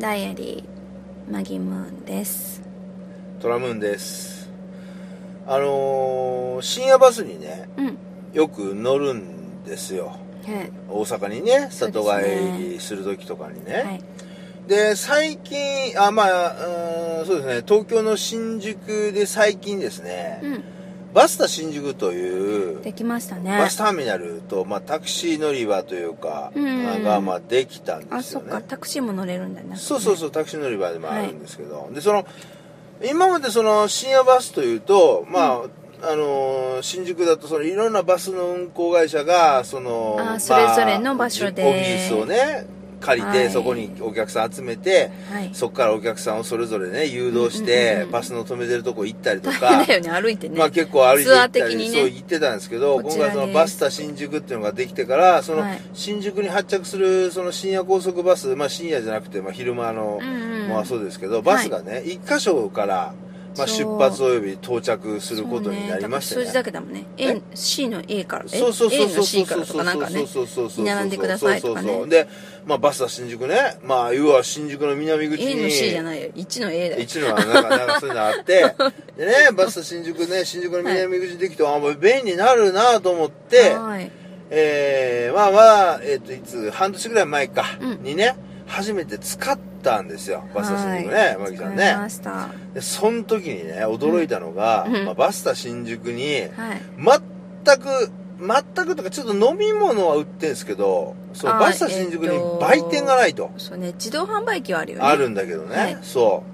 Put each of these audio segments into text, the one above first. ダイアリーマギムーンですトラムーンですあのー深夜バスにねうんよく乗るんですよはい大阪にねそう里ですね帰りする時とかにねではい最近あまあうーんそうですね東京の新宿で最近ですね、うんバスタ新宿というできましたねバスターミナルと、まあ、タクシー乗り場というか、うんまあが、まあ、できたんであすそよっかねタクシーも乗れるんだねそうそうそうタクシー乗り場でもあるんですけど、でその今までその深夜バスというとまあ、あのー新宿だとそのいろんなバスの運行会社がそのあーまそれぞれの場所でオフィスをね借りて、はいそこにお客さん集めてはいそこからお客さんをそれぞれね誘導しうんうんうてんうんバスの止めてるとこ行ったりと大か変だよ ね歩いてね、まあ結構歩いて行ったりツアー的にねそう行ってたんですけどこ今ちら回ですそのバスタ新宿っていうのができてからそのはい新宿に発着するその深夜高速バスまあ深夜じゃなくてまあ昼間のうんうんまあそうですけどバスがね一箇所からまあそう出発および到着することになりましそうねだから数字だけてねだもんねえ A C の A からえそうそうそ A うそのうそ C うかそらうとそうかなんかねそうそうそう並んでくださいとかねそうそうそうでまあバスタ新宿ねまあ要は新宿の南口に A の C じゃないよ1の A だよ一のはなんかなんかそういうのあ ってでねバス新宿ね新宿の南口できて、あもう便利になるなと思って、はいえー、まあまあ、えっといつ半年ぐらい前か、うんにね初めて使ったんですよバスタ新宿はねいマキさん使いまねしたはでその時にね驚いたのが、うんまあ、バスタ新宿にい全く全くとかちょっと飲み物は売ってんですけどそうあーバスタ新宿に売店がないと。そうね自動販売機はあるよねあるんだけどね、はいそ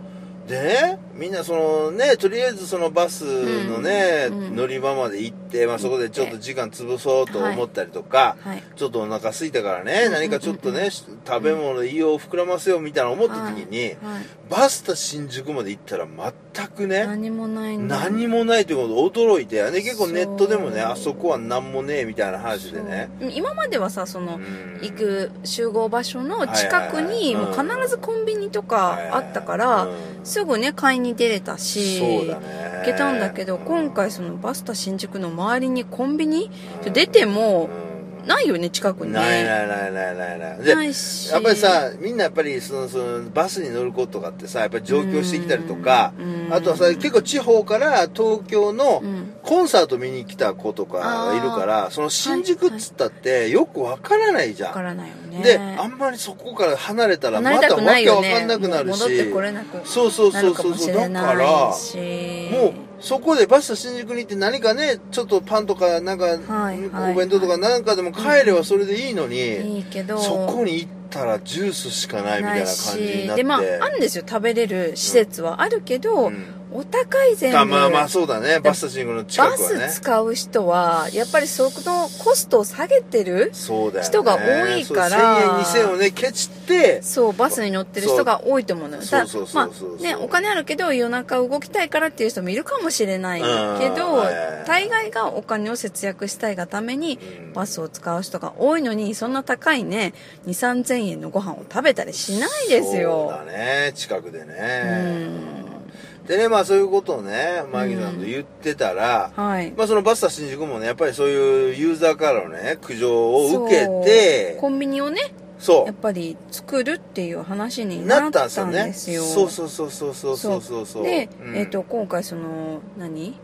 うでねみんなそのねとりあえずそのバスのね、うんうん乗り場まで行って、まあ、そこでちょっと時間潰そうと思ったりとか、はいちょっとお腹空いたからね、うんうんうん何かちょっとね食べ物胃を膨らませようみたいな思った時に、はいバスタ新宿まで行ったら全くね何もないんだ何もないということで驚いてで結構ネットでもねそうあそこは何もねえみたいな話でねそう今まではさその、うん行く集合場所の近くにもはいはいうはいうん必ずコンビニとかあったから、うんすぐね買いに出れたしそうだね行けたんだけど今回そのバスタ新宿の周りにコンビニうん出てもうんないよね近くにねないないないないないないなでいしやっぱりさみんなやっぱりそのそのバスに乗ることとかってさやっぱり上京してきたりとかうんあとはさ結構地方から東京のうんコンサート見に来た子とかがいるからその新宿っつったってよくわからないじゃわん、からないよねであんまりそこから離れたらなまりたたくなわいけわよねかんなくなるしもう戻ってこれなくそうそうなそるうかそもうしそうれだなかいらしもうそこでバスタ新宿に行って何かねちょっとパンとかなんか、はいはいお弁当とかなんかでも帰ればそれでいいのに、いいけどそこに行ったらジュースしかないみたいな感じになってでまああるんですよ食べれる施設はあるけど、うんお高い全部あまあまあそうだねバスタシングの近バくはねス使う人はやっぱりそこのコストを下げてるそうだよね人が多いからそう1000円2000円をねケチってそうバスに乗ってる人が多いと思うのよそうだそうまそうそうあねお金あるけど夜中動きたいからっていう人もいるかもしれないけうんどはいはいはい大概がお金を節約したいがためにうんバスを使う人が多いのにそんな高いね2 3 0 0 0円のご飯を食べたりしないですそうだよね近くでうねんでねまあそういうことをねマギさんと言ってたら、はいまあそのバスタ新宿もねやっぱりそういうユーザーからのね苦情を受けてそうコンビニをねそうやっぱり作るっていう話にななっったたんですよんねですよそうそうそうそうそうそうそうそうで、うんえっ、と今回その何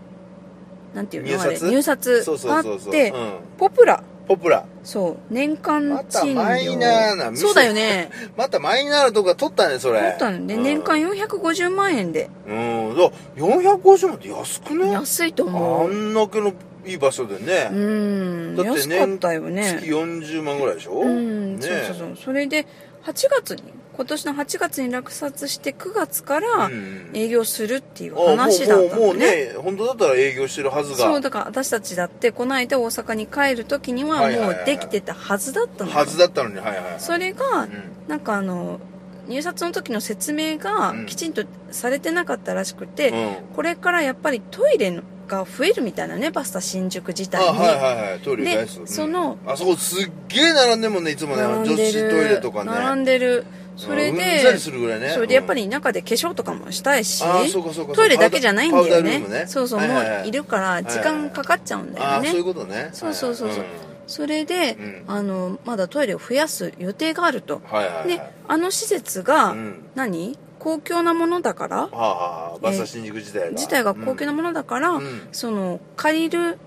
なんていうの入札あれ入札そうそがあうっそうそう、てうんポプラポプラそう年間また賃料、マイナーなミスそうだよねまたマイナーな とこが取ったねそれだったので、年間450万円でうん、うん、だ450万って安くね安いと思あうんだけのいい場所でうね、んだって安かったよ月ね40万ぐらいでしょうん、ねそうそうそうそれで8月に今年の8月に落札して9月からうん営業するっていうあ話だったもうものうもうねね本当だったら営業してるはずそうがだから私たちだってこの間大阪に帰る時にははいはいもはいうできてたはずだったのよはずだったのにはいはいはいそれがうんなんかあの入札の時の説明がうんきちんとされてなかったらしくて、うんこれからやっぱりトイレが増えるみたいなねバスタ新宿自あ体に、はいはいはいトイレで返す、うんそのあそこすっげえ並んでんもんねいつもねあの並女んで子トイるレとかね並んでるそれうんで、ざりするぐらいねそれでやっぱうんり中で化粧とかもしたいし、あーそうかそうかそうかトイレだけじゃないんだよパウダールねームねそうそう、はいはいはいもういるから時間かかっちゃうんだよね、ああそういうことねそうそうそうそうはいはいそれで、うんあのまだトイレを増やす予定があると、はいはいはいであの施設が、うん何公共なものだからはあはあバスタ新宿自体が、自体が高級なものだから、うんうんその借りる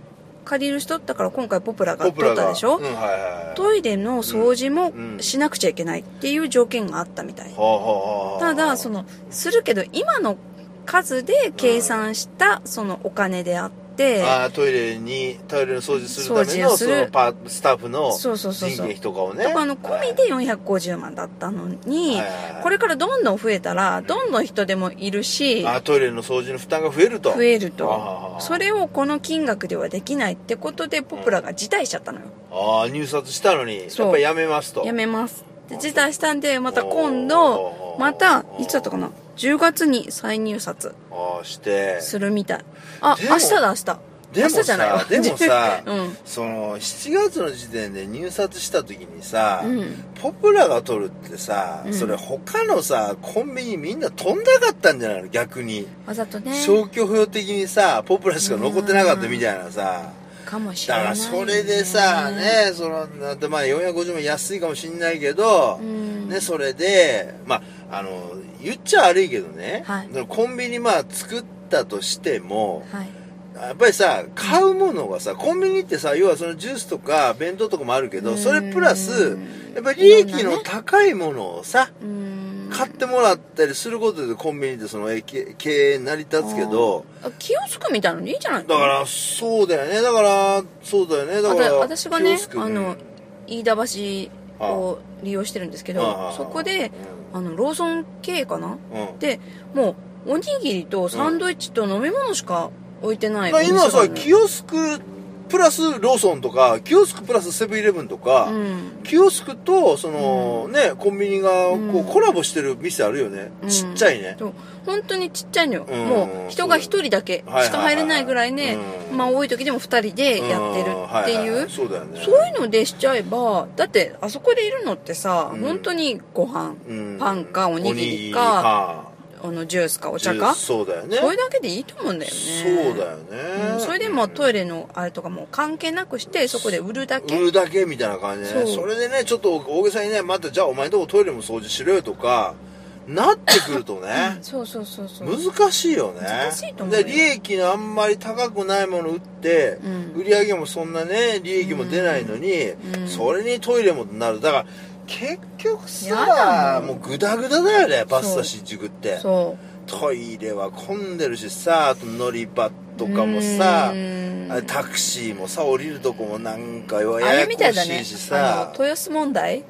借りる人だから今回ポプラうんポがプラ取がったでしょ、うんはいはいはいトイレの掃除うんうんもしなくちゃいけないっていう条件があったみたい、はあはあはあただそのするけど今の数で計算したそのお金であって、あートイレにトイレの掃除するため掃除のをすそるのパスタッフのそうそう人そうそう件費とかをねだからあの込みで450万だったのに、はいはいはいこれからどんどん増えたらどんどん人でもいるし、あートイレの掃除の負担が増えると増えるあとーそれをこの金額ではできないってことでポプラが辞退しちゃったのよああ入札したのにやっそうぱりやめますとやめますで辞退したんでまたおー今度おーまたいつだったかな10月に再入札ああしてするみたいあでも明日だ明日でも明日じゃないわさでもさ うんその7月の時点で入札した時にさ、うんポプラが取るってさ、うんそれ他のさコンビニみんな飛んだかったんじゃないの逆に、わざとね消去不要的にさポプラしか残ってなかったみたいなさ、かもしれだなかいよねらそれでさねそのなんてまあ450万安いかもしんないけど、うんね、それでまああの言っちゃ悪いけどね、はいそのコンビニまあ作ったとしてもはいやっぱりさ買うものがさコンビニってさ要はそのジュースとか弁当とかもあるけうどんそれプラスやっぱり利益の高いものをさうん買ってもらったりすることでコンビニってそのえ経経営成り立つけどあキオスクみたいなのでいいじゃないのだからそうだよねだからそうだよねだあからた私がね気をつけあの飯田橋を利用してるんですけうんあどあそこであのローソン系かなうんうんでもうおにぎりとサンドイッチと飲み物しか置いてないだから今さキオオスクプラスローソンとかキオスクプラスセブンイレブンとか、うんキオスクとその、ねコンビニがこう、うんコラボしてる店あるよね、うんちっちゃいねそう本当にちっちゃいのようんもう人が一人だけはいはいはいしか入れないぐらいねうんまあ多い時でも二人でやってるうんってはいはいいはうそうだよねそういうのでしちゃえばだってあそこでいるのってさうん本当にご飯うんパンかおにぎりおにかかあのジュースかおお茶かそうだよねそれだけでいいと思うんだよねそうだよね、うんそれでもうトイレのあれとかも関係なくしてそこで売るだけ売るだけみたいな感じで、ね、そうそれでねちょっと大げさにねまたじゃあお前んとこトイレも掃除しろよとかなってくるとね、 そうそうそうそう難しいよね難しいと思うよで利益のあんまり高くないもの売って、うん売り上げもそんなね利益も出ないのに、うんそれにトイレもなるだから結局やださももんうグダグダだよねバスそうタ新宿ってそトイレは混んでるしさあと乗り場うとかもさうんあタクシーもさ降りるとこもなんかやあれやこみたいだしねいしあのさ豊洲問題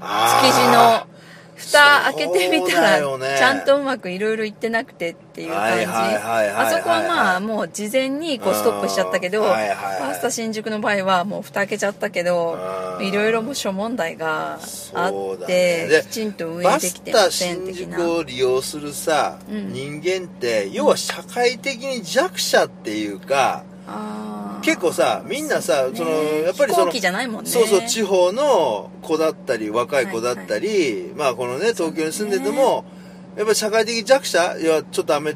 あ築地ーの蓋開けてみそうただら、よねちゃんとうまくいろいろ言ってなくてっていう感じ、はいはいはいはいはいあそこはまあもう事前にこうストップしちゃったけど、うんはいはいはいパスタ新宿の場合はもう蓋開けちゃったけどうんいろいろもう諸問題があそうっだて、ねできちんと運営バでスきてまタせん新的な宿を利用するさ、うん人間って要は社会的に弱者っていうか、あー結構さみんなさそ,、ねのやっぱり飛そ行の機じゃないもんねそうそう地方の子だったり若い子だったり、まあこのね東京に住んでても、やっぱり社会的弱者要はちょっとあめ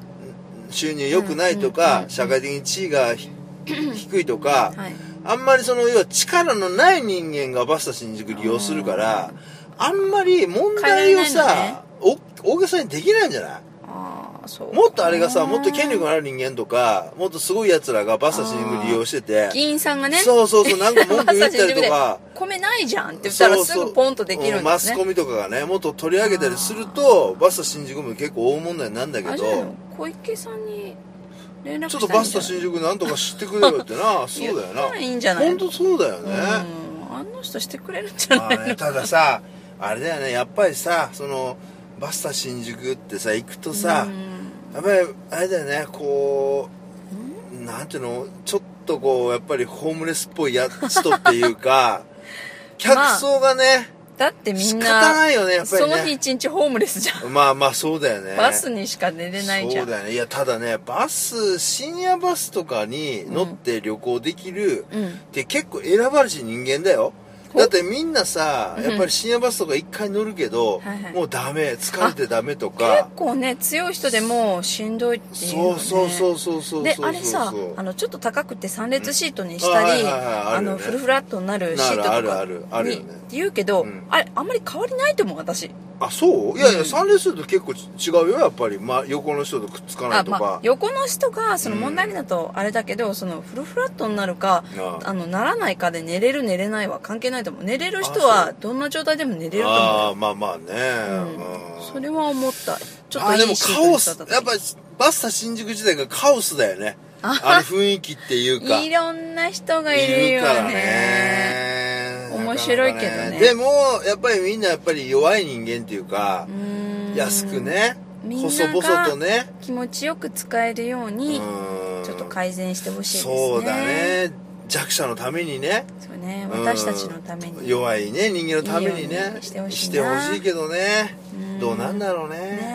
収入良くないとうんうか、んうんうん社会的に地位が ひ低いとか、はいあんまりその要は力のない人間がバスタ新宿利用するからあんまり問題を変えられないさ、お大げさにできないんじゃないあーそうもっとあれがさもっと権力のある人間とかもっとすごい奴らがバスタ新宿利用してて議員さんがね そうそうそうなんか文句言ったバスタ新りとか宿で米ないじゃんって言ったらそうすそうぐポンとできるうんんでマすスねコミとかがねもっと取り上げたりするとバスタ新宿も結構大問題なんだけあれどじゃないの小池さんに連絡ちょしったとらいいバんじスゃないタ新宿なんとか知ってくれよ ってなそうだ言よなったらいいんじゃない本当そうだよね、うんあの人してくれるんじゃまなあいのね、 たださあれだよねやっぱりさそのバスタ新宿ってさ行くとさ、うんやっぱりあれだよねこうなんていうのちょっとこうやっぱりホームレスっぽいや人ってい うか客層がね、だってみん仕方なないよねやっぱりそねの日一日ホームレスじゃんまあまあそうだよねバスにしか寝れないじゃそうんだよねいやただねバス深夜バスとかに乗って旅行できる、うんって結構選ばれし人間だよほだってみんなさやっぱり深夜バスとか一回乗るけど、はいはいもうダメ疲れてダメと結か構ね強い人でもしんどいっていう、そうね、そうそうそうそうそうでそうあれさそうあのちょっと高くて3列シートにしたり、うんあはいはいはいああるよのねフルフラットになるシートとなるかあるあるあるよにね言うけど、うんあれあんまり変わりないと思う私あそういやいうんや三列すると結構ち違うよやっぱり、ま、横の人とくっつかないあとか、まあ、横の人がその問題にだとあれだけど、そのフルフラットになるかあああのならないかで寝れる寝れないは関係ないと思う寝れる人あそはうどんな状態でも寝れるとあ思あまあまあね、う、うん、それはは思ったちょっとあいでもいシートカにオ座スった時やっぱりバスタ新宿時代がカオスだよねあはあの雰囲気っていうかいろんな人がいるよからねね面白いけどねなかなかでもやっぱりみんなやっぱり弱い人間っていうかう、ーん安くねみんなが細々とね気持ちよく使えるようにうんちょっと改善してほしいですねそうだね弱者のためにねそうねうん私たちのために弱いね人間のためにいいようねにしてほしいなけどねうんどうなんだろうねね